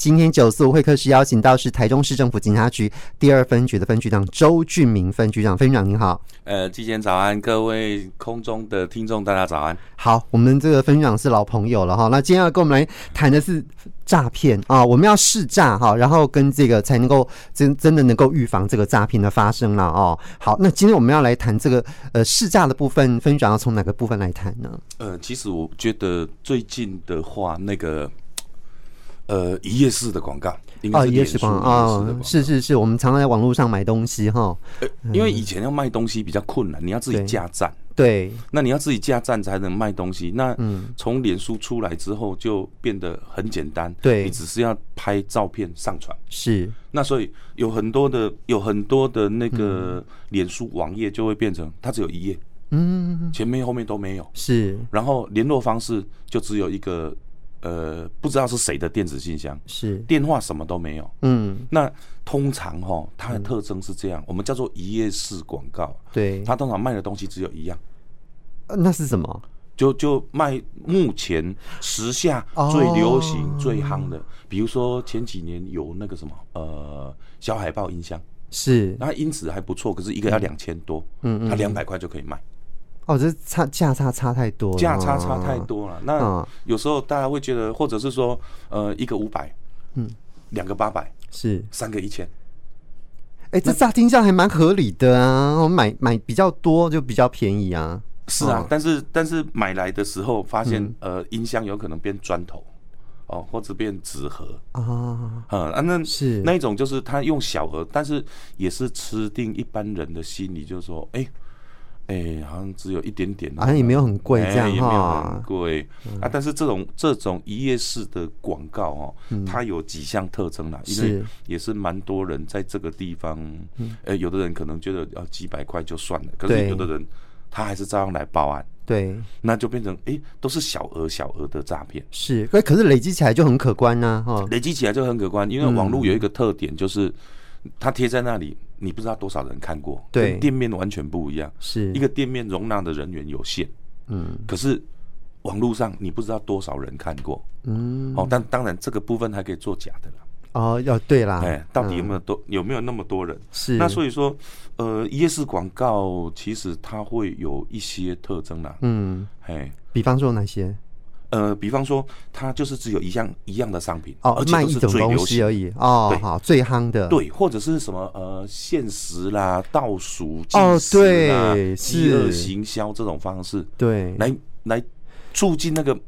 今天九四五会客室邀请到是台中市政府警察局第二分局的分局长周俊明分局长，分局长您好。呃，季前早安，各位空中的听众，大家早安。好，我们这个分局长是老朋友了哈。那今天要跟我们来谈的是诈骗啊，我们要试诈哈，然后跟这个才能够真真的能够预防这个诈骗的发生了哦。好，那今天我们要来谈这个呃试诈的部分，分局长要从哪个部分来谈呢？呃，其实我觉得最近的话，那个呃一夜式的广告，应该哦，是也脸是书广一页式的哦广，告是是是，我们常常在网络上买东西哈，呃因为以前要卖东西比较困难，你要自己对架站，对，那你要自己架站才能卖东西。那嗯从脸书出来之后，就变得很简单，对你只是要拍照片上传。是，那所以有很多的有很多的那个脸书网页就会变成它只有一页，嗯，前面后面都没有。是然后联络方式就只有一个，呃，不知道是谁的电子信箱，是，电话什么都没有。嗯，那通常哈，它的特征是这样，我们叫做一页式广告，对，它通常卖的东西只有一样。呃那是什么？就就卖目前时下哦最流行、最夯的，比如说前几年有那个什么呃小海豹音箱，是那音质还不错，可是一个要两千多，嗯它两百块就可以卖，哦，这差价差差太多了，价差差太多了。那啊，有时候大家会觉得，或者是说，呃，一个五百，嗯，哦两个八百，是，三个一千，哎，这乍听下还蛮合理的啊，我买买比较多就比较便宜啊，是啊哦。但是但是买来的时候发现，嗯呃，音箱有可能变砖头，哦，或者变纸盒，啊，嗯啊，那是那一种就是他用小盒，但是也是吃定一般人的心理，就是说，哎、哎、好像只有一点点，好像也没有很贵这哎样也没有很哈，嗯贵、啊。但是这种这种一页式的广告哦，它有几项特征啦，因为嗯是嗯也是蛮多人在这个地方，呃，有的人可能觉得啊几百块就算了，可对是有的人他还是照样来报案，对，那就变成哎、都是小额小额的诈骗。是，可可是累积起来就很可观呐，哈，累积起来就很可观，因为嗯网络有一个特点，就是它贴在那里，你不知道多少人看过，对跟店面完全不一样。是一个店面容纳的人员有限，嗯可是网络上你不知道多少人看过。嗯哦，但当然这个部分还可以做假的啦。哦，要对啦，哎，到底有没有多有没有那么多人？嗯是，那所以说，呃，夜市广告其实它会有一些特征啦。嗯，哎，比方说哪些？呃，比方说它就是只有一样一样的商品，哦而，且卖都一是种最东流西行而已哦对，好，最夯的，对，或者是什么呃限时啦、倒数计哦时啦、对饥饿是行销这种方式，对来来促进那个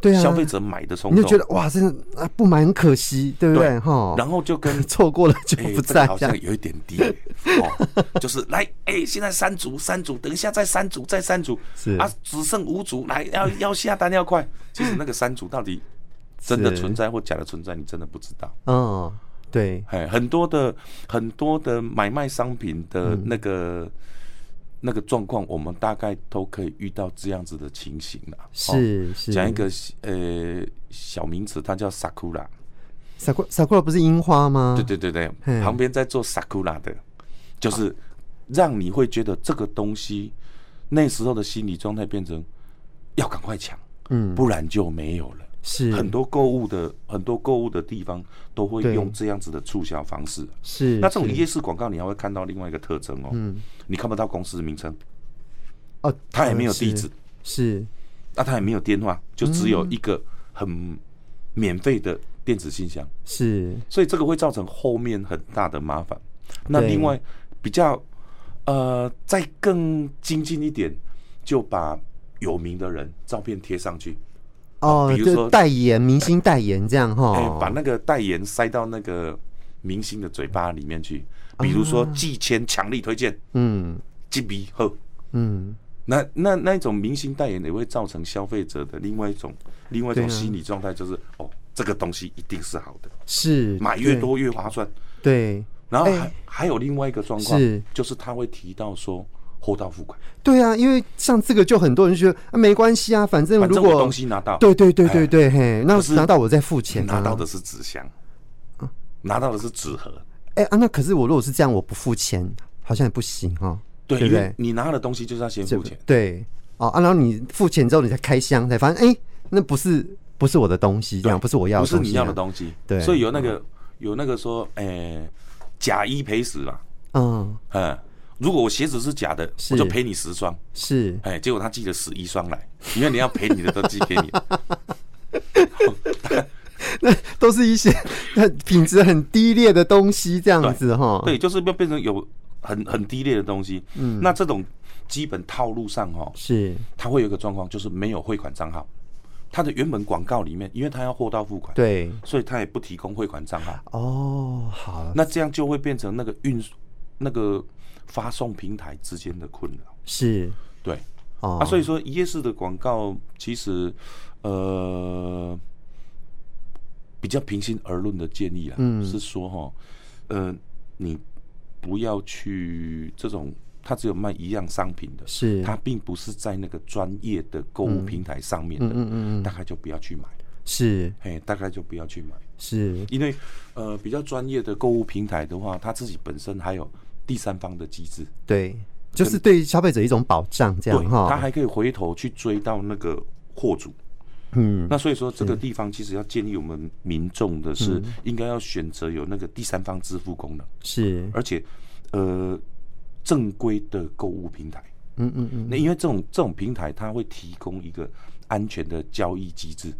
对啊，消费者买的冲你动，就觉得哦哇，真的啊不买很可惜，对不对？对哈，然后就跟错过了 就哎、不这在个好这样像有一点低、哦， 就是来哎、现在三组三组，等一下再三组再三组，是啊，只剩五组，来要要下单要快。其实那个三组到底真的是存在或假的存在，你真的不 知道。嗯，对，哎，很多的很多的买卖商品的那个、那个状况，我们大概都可以遇到这样子的情形啦。哦是是。讲、一个呃小名词，它叫 sakura，、 sakura sakura 不是樱花吗？对对对对，啊嘿旁边在做 sakura 的，就是让你会觉得这个东西那时候的心理状态变成要赶快抢，嗯，不然就没有了。是很多购物的很多购物的地方都会对用这样子的促销方式。是那这种是嗯一页式广告，你还会看到另外一个特征哦，你看不到公司名称，哦，它也呃没有地址，是是那它也啊没有电话，就嗯只有一个很免费的电子信箱，是所以这个会造成后面很大的麻烦。那对另外比较呃，再更精进一点，就把有名的人照片贴上去，哦，比如就说代言明星代言这样哎、哈，把那个代言塞到那个明星的嘴巴里面去，啊比如说季谦强力推荐嗯金鼻鹤。嗯那那那一种明星代言也会造成消费者的另外一种另外一种对啊心理状态，就是、哦，这个东西一定是好的，是买越对多越划算。对然后哎还、还有另外一个状况是，就是他会提到说货到付款，对啊，因为像这个就很多人觉得啊没关系啊，反正反如正我果东西拿到，对对对对对嘿，那可是拿到我嗯再付钱啊拿到的是纸箱，拿到的是纸盒，哎啊，那可是我如果是这样，我不付钱好像也不行哈，对，对因不为对？你拿了东西就是要先这付个钱，对哦啊，然后你付钱之后你才开箱，才发现哎，那不是不是我的东西，这样不是我要的不是东西，啊你要的东西。对嗯所以有那个有那个说，哎，假一赔十啦，西，嗯，嗯，如果我鞋子是假的，是我就赔你十双，是哎，结果他寄了十一双来，因为你要赔你的都寄给你， 都是一些品质很低劣的东西，这样子哈，对，就是要变成有很很低劣的东西。嗯，那这种基本套路上哦，是它会有一个状况，就是没有汇款账号。它的原本广告里面，因为它要货到付款，对，所以它也不提供汇款账号。哦，好，那这样就会变成那个运输、那个发送平台之间的困扰。是对，哦，啊，所以说一页式的广告其实，呃，比较平心而论的建议啦，嗯是说哈，呃，你不要去这种，它只有卖一样商品的，是它并不是在那个专业的购物平台上面的，嗯嗯嗯，大概就不要去买，是嘿，大概就不要去买。是因为呃比较专业的购物平台的话，它自己本身还有第三方的机制，对，就是对消费者一种保障，这样对，它嗯哈，还可以回头去追到那个货主。嗯，那所以说，这个地方其实要建议我们民众的是，嗯应该要选择有那个第三方支付功能，是，而且呃正规的购物平台。嗯嗯嗯，那因为这种这种平台，它会提供一个安全的交易机制，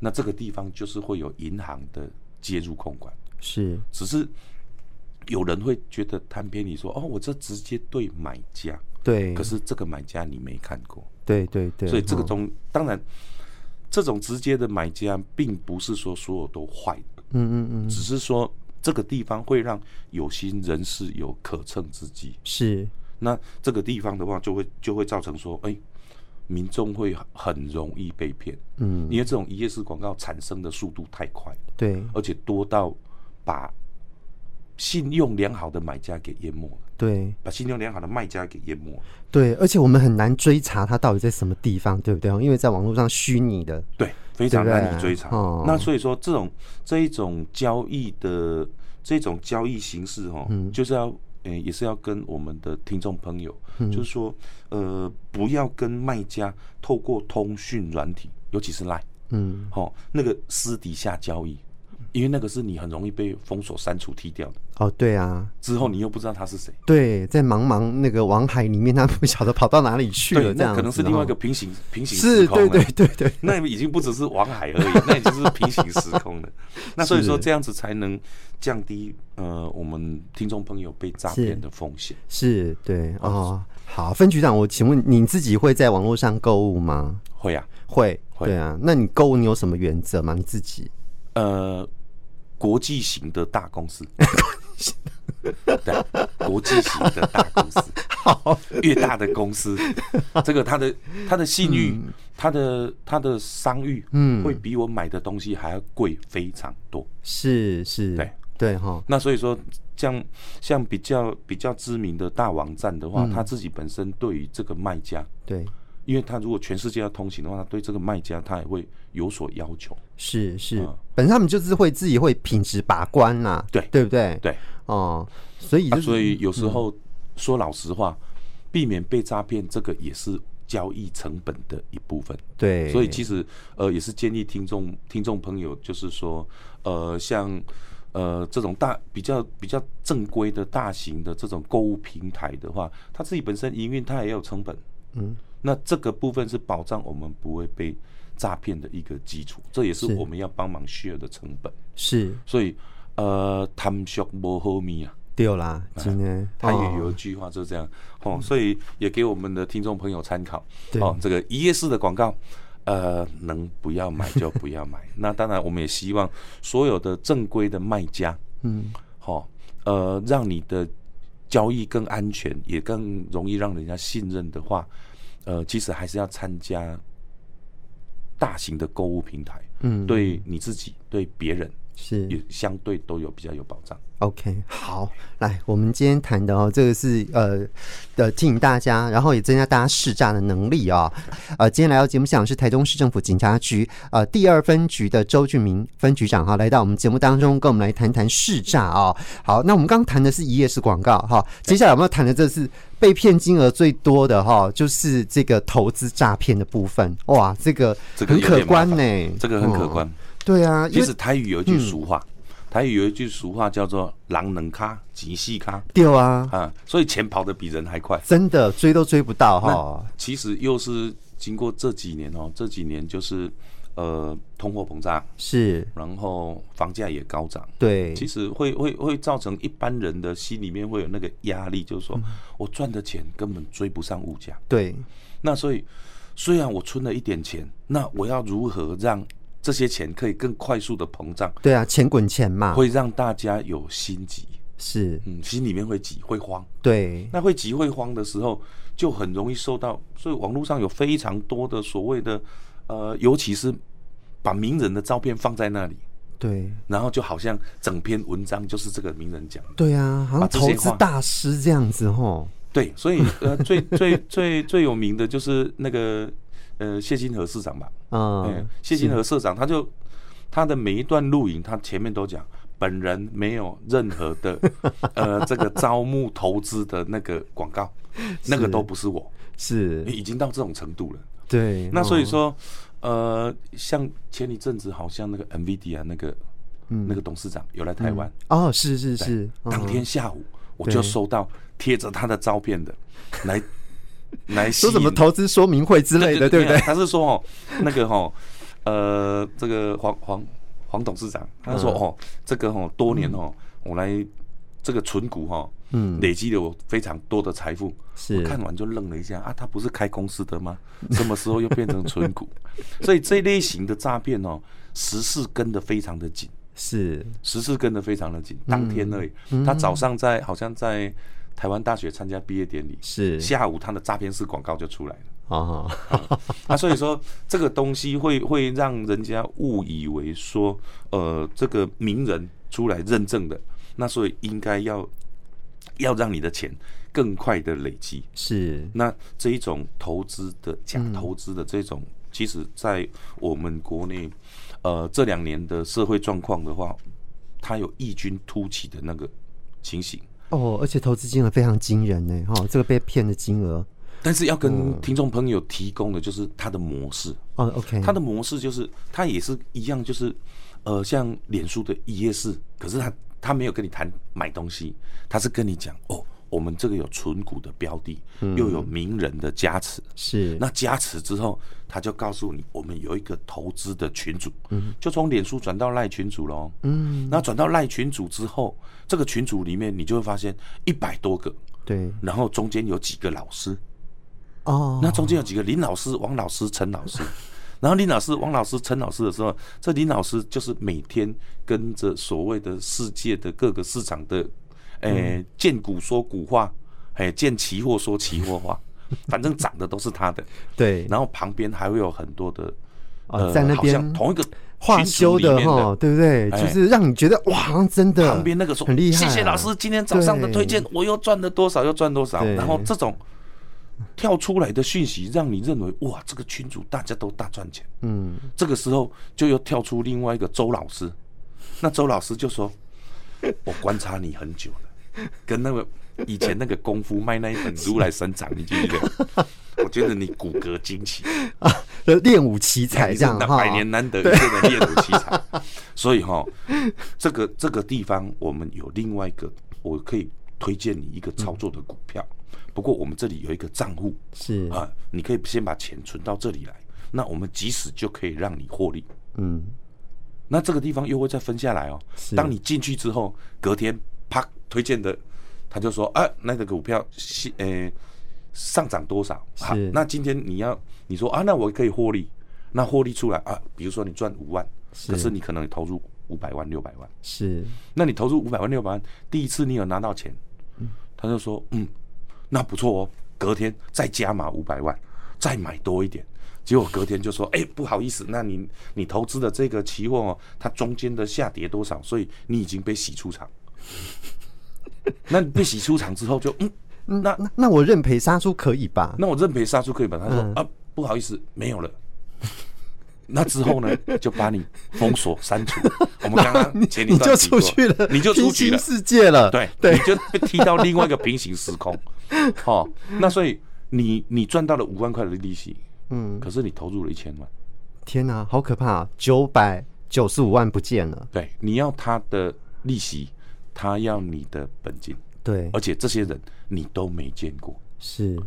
那这个地方就是会有银行的介入控管。是只是有人会觉得贪便宜说，哦，我这直接对买家，对，可是这个买家你没看过，对对对，嗯所以这个哈东当然这种直接的买家并不是说所有都坏的，嗯嗯嗯只是说这个地方会让有心人士有可乘之机。是那这个地方的话，就会就会造成说，哎、民众会很容易被骗，嗯，因为这种一页式广告产生的速度太快了。对而且多到把信用良好的买家给淹没了，对把信用良好的卖家给淹没了。对，而且我们很难追查它到底在什么地方，对不对？因为在网络上虚拟的，对，非常对不对难以追查。哦那所以说，这种这一种交易的这种交易形式哦，嗯就是要。呃也是要跟我们的听众朋友，嗯就是说，呃，不要跟卖家透过通讯软体，尤其是 Line，嗯，哦，那个私底下交易，因为那个是你很容易被封锁、删除、踢掉的。哦，对啊，之后你又不知道他是谁，对，在茫茫那个网海里面，他不晓得跑到哪里去对，了，这那样可能子是另外一哈个平行平行是，时空啊对了。对对对， 那已经不只是王海而已，那已经是平行时空了。那所以说这样子才能降低呃我们听众朋友被诈骗的风险。是，对哦。好，分局长，我请问你自己会在网络上购物吗？会啊，会，会对啊。那你购物你有什么原则吗？你自己？呃，国际型的大公司，对啊，国际型的大公司，好，越大的公司，这个它的它的信誉，它的它的商誉，嗯，会比我买的东西还要贵非常多。是是，对对哈，那所以说，像像比较比较知名的大网站的嗯话，他自己本身对于这个卖家，对，因为他如果全世界要通行的话，他对这个卖家他也会有所要求。是是嗯。本身他们就是会自己会品质把关啦，对对不对？对，哦，所以啊、就是嗯所以有时候说老实话，避免被诈骗，这个也是交易成本的一部分。对，所以其实呃，也是建议听众听众朋友，就是说呃，像。呃，这种大比较比较正规的大型的这种购物平台的话，它自己本身营运它也有成本，嗯，那这个部分是保障我们不会被诈骗的一个基础，这也是是我们要帮忙 share 的成本。是所以，呃，贪俗无好米啊，对啦，今天哎他也哦有一句话就是这样哦，所以也给我们的听众朋友参考嗯对哦。这个一页式的广告，呃，能不要买就不要买。那当然，我们也希望所有的正规的卖家，嗯，哦，呃，让你的交易更安全，也更容易让人家信任的话，呃，其实还是要参加大型的购物平台，嗯对你自己、对别人是也相对都有比较有保障。 OK，好，来，我们今天谈的哦，这个是呃的提醒大家，然后也增加大家试诈的能力啊、呃，今天来到节目现场是台中市政府警察局呃第二分局的周俊明分局长哈、来到我们节目当中，跟我们来谈谈试诈啊、好，那我们刚刚谈的是一页式广告哈、接下来我们要谈的这是被骗金额最多的哈、就是这个投资诈骗的部分。哇，这个这个很有点可观麻呢、烦这个很可嗯观。嗯对啊，因其为实台语有一句俗话，台语有一句俗话叫做“狼能卡，急细卡丢啊”，啊，所以钱跑得比人还快。真的追都追不到哈、其实又是经过这几年哦，这几年就是呃通货膨胀，是。然后房价也高涨，对，其实会会会造成一般人的心里面会有那个压力，就是说我赚的钱根本追不上物价。对，那所以虽然我存了一点钱，那我要如何让这些钱可以更快速的膨胀，对啊，钱滚钱嘛，会让大家有心急？是，嗯，心里面会急会慌。对，那会急会慌的时候，就很容易受到，所以网络上有非常多的所谓的，呃，尤其是把名人的照片放在那里，对，然后就好像整篇文章就是这个名人讲的。对啊，好像把这些投资话大师这样子吼，对，所以呃，最 最最最有名的就是那个呃谢金河市长吧，嗯嗯，，谢金河社长他就他的每一段录影，他前面都讲。本人没有任何 的呃，这个招募投资的那个广告，那个是都不是我，是，已经到这种程度了。对，那所以哦，说，呃，像前一阵子好像那个 NVIDIA 啊那个、嗯那个董事长有来台湾，哦，是是是，当嗯天下午我对就收到贴着他的照片的来来吸说什么引投资说明会之类的，对不对？他是说哦，那个哦，呃，这个黄黄黄董事长，他说嗯哦，这个哦，多年哦，我来这个存股哈，嗯累积了我非常多的财富。是我看完就愣了一下啊，他不是开公司的吗？什么时候又变成存股？ 所以这类型的诈骗哦，时事跟得非常的紧，是，时事跟得非常的紧。当天而已，他早上在好像在台湾大学参加毕业典礼，是下午他的诈骗式广告就出来了。哦，啊，所以说这个东西会会让人家误以为说，呃，这个名人出来认证的，那所以应该要要让你的钱更快的累积。是，那这一种投资的假投资的这种，其实在我们国内，呃，这两年的社会状况的话，它有异军突起的那个情形。哦，而且投资金额非常惊人呢，哈，这个被骗的金额，但是要跟听众朋友提供的就是它的模式，哦，OK，它的模式就是它也是一样，就是呃，像脸书的一页式，可是它它没有跟你谈买东西，它是跟你讲哦，我们这个有纯股的标的，又有名人的加持。是，那加持之后，他就告诉你，我们有一个投资的群组，就从脸书转到赖群组喽。嗯，那转到赖群组之后，这个群组里面你就会发现一百多个，对，然后中间有几个老师，哦，那中间有几个林老师、王老师、陈老师，然后林老师、王老师、陈老师的时候，这林老师就是每天跟着所谓的世界的各个市场的，诶、见股说股话，诶、见期货说期货话，反正涨的都是他的。对，然后旁边还会有很多的，呃哦在那好边像同一个化群组修里面哈，对不对？就哎是让你觉得哇，好像真的旁边那个说很厉害，啊谢谢老师，今天早上的推荐，我又赚了多少，又赚多少。对然后这种跳出来的讯息，让你认为哇，这个群主大家都大赚钱。嗯，这个时候就又跳出另外一个周老师，那周老师就说：“ 我观察你很久了，跟那个以前那个功夫卖那一本《如来神掌》，你记不记得？我觉得你骨骼惊奇。”呃练武奇才你是这样那哈，哎百年难得一见的练武奇才。所以哈，这个这个地方我们有另外一个，我可以推荐你一个操作的股票。不过我们这里有一个账户是啊，你可以先把钱存到这里来，那我们即时就可以让你获利。嗯，那这个地方又会再分下来哦是。当你进去之后，隔天啪推荐的，他就说啊，那个股票是呃上涨多少？好是，那今天你要你说啊，那我可以获利，那获利出来啊，比如说你赚五万，是可是你可能投入五百万六百万，是那你投入五百万六百万，第一次你有拿到钱，他就嗯说嗯，那不错哦，隔天再加码五百万，再买多一点，结果隔天就说，哎、不好意思，那你你投资的这个期货哦，它中间的下跌多少，所以你已经被洗出场。那你被洗出场之后就，嗯，那那那我认赔杀出可以吧？那我认赔杀出可以吧？他嗯说、啊，不好意思，没有了。那之后呢，就把你封锁删除。我们刚刚前 一你就段提过出去了，你就出平去行了，世界了。对对你就被踢到另外一个平行时空。 哦，那所以你你赚到了五万块的利息，嗯，可是你投入了一千万，天哪、好可怕、啊！九百九十五万不见了。对，你要他的利息，他要你的本金，对而，且这些人你都没见过。是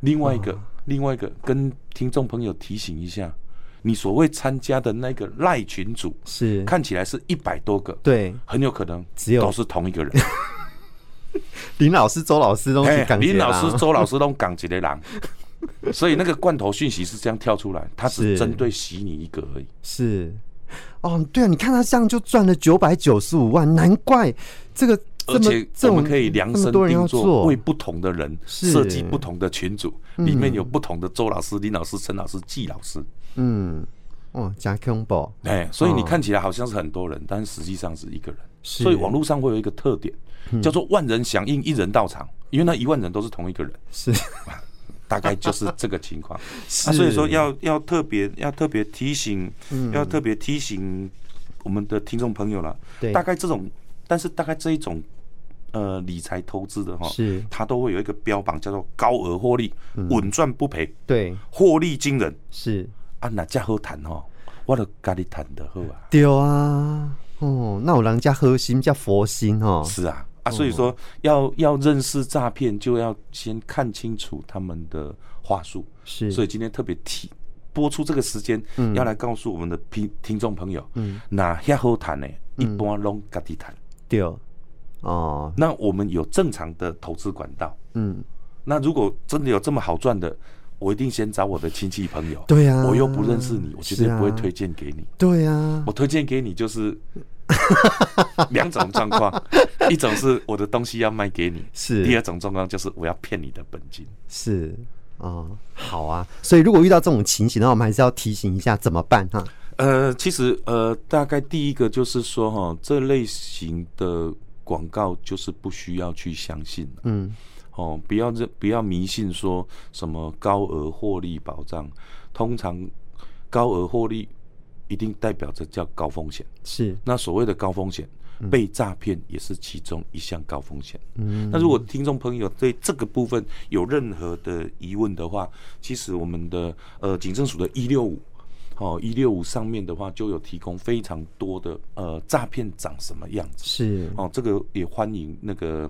另外一哦个，另外一个，跟听众朋友提醒一下，你所谓参加的那个赖群组，是，看起来是一百多个，对，很有可能嗯只有都是同一个人。林老师、周老师都是哎，感觉林啦老师、周老师都港 籍的狼，所以那个罐头讯息是这样跳出来，他是只针对洗你一个而已。是。哦，对啊，你看他这样就赚了九百九十五万，难怪这个这而么且这我种们可以量这身么多人要定做做，为不同的人是设计不同的群组，里面有不同的周老师、林老师、陈老师、季老师。嗯，哦，加 combo 哎，所以你哦看起来好像是很多人，但实际上是一个人。是嗯所以网络上会有一个特点，叫做万人响应，一人到场，因为那一万人都是同一个人，是大概就是这个 情况。是、嗯啊，所以说要要特别要特别提醒，要特别提醒我们的听众朋友了。对大概这种，但是大概这一种呃理财投资的哈，是嗯它都会有一个标榜叫做高额获利，稳赚不赔，对获利惊人是啊，那家好谈哦，我都跟你谈的好啊。丢啊哦，那我人家核心叫佛心哦，是啊，啊，所以说要要认识诈骗，就要先看清楚他们的话术。是嗯所以今天特别提播出这个时间，要来告诉我们的听听众朋友，那遐好谈呢，一般拢家己谈。丢哦，那我们有正常的投资管道，嗯那如果真的有这么好赚的，我一定先找我的亲戚朋友。对啊我又不认识你，我绝对是啊不会推荐给你。对啊我推荐给你就是 两种状况，一种是我的东西要卖给你，是第二种状况就是我要骗你的本金。是哦好啊，所以如果遇到这种情形的话，我们还是要提醒一下怎么办哈，呃，其实呃，大概第一个就是说哈，这类型的广告就是不需要去相信了嗯哦，不要认不要迷信说什么高额获利保障，通常高额获利一定代表着叫高风险。是那所谓的高风险，被诈骗也是其中一项高风险。嗯那如果听众朋友对这个部分有任何的疑问的话，其实我们的呃警政署的一六五。哦，一六五上面的话就有提供非常多的呃诈骗长什么样子是哦，这个也欢迎那个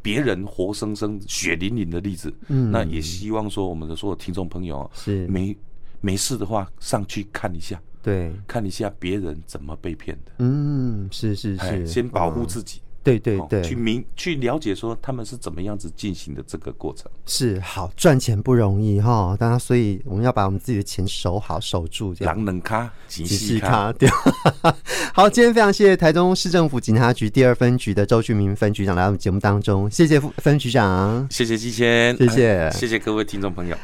别人活生生血淋淋的例子，嗯那也希望说我们的所有听众朋友哦是没没事的话上去看一下，对看一下别人怎么被骗的，嗯是是哎，是先保护嗯自己，对对哦对去明去了解说他们是怎么样子进行的这个过程。是好赚钱不容易哈，大家所以我们要把我们自己的钱守好守住，这样。狼能卡，吉仔西细卡卡，掉。 好，今天非常谢谢台中市政府警察局第二分局的周俊明分局长来我们节目当中，谢谢副分局长。谢谢季谦，谢谢哎谢谢各位听众朋友。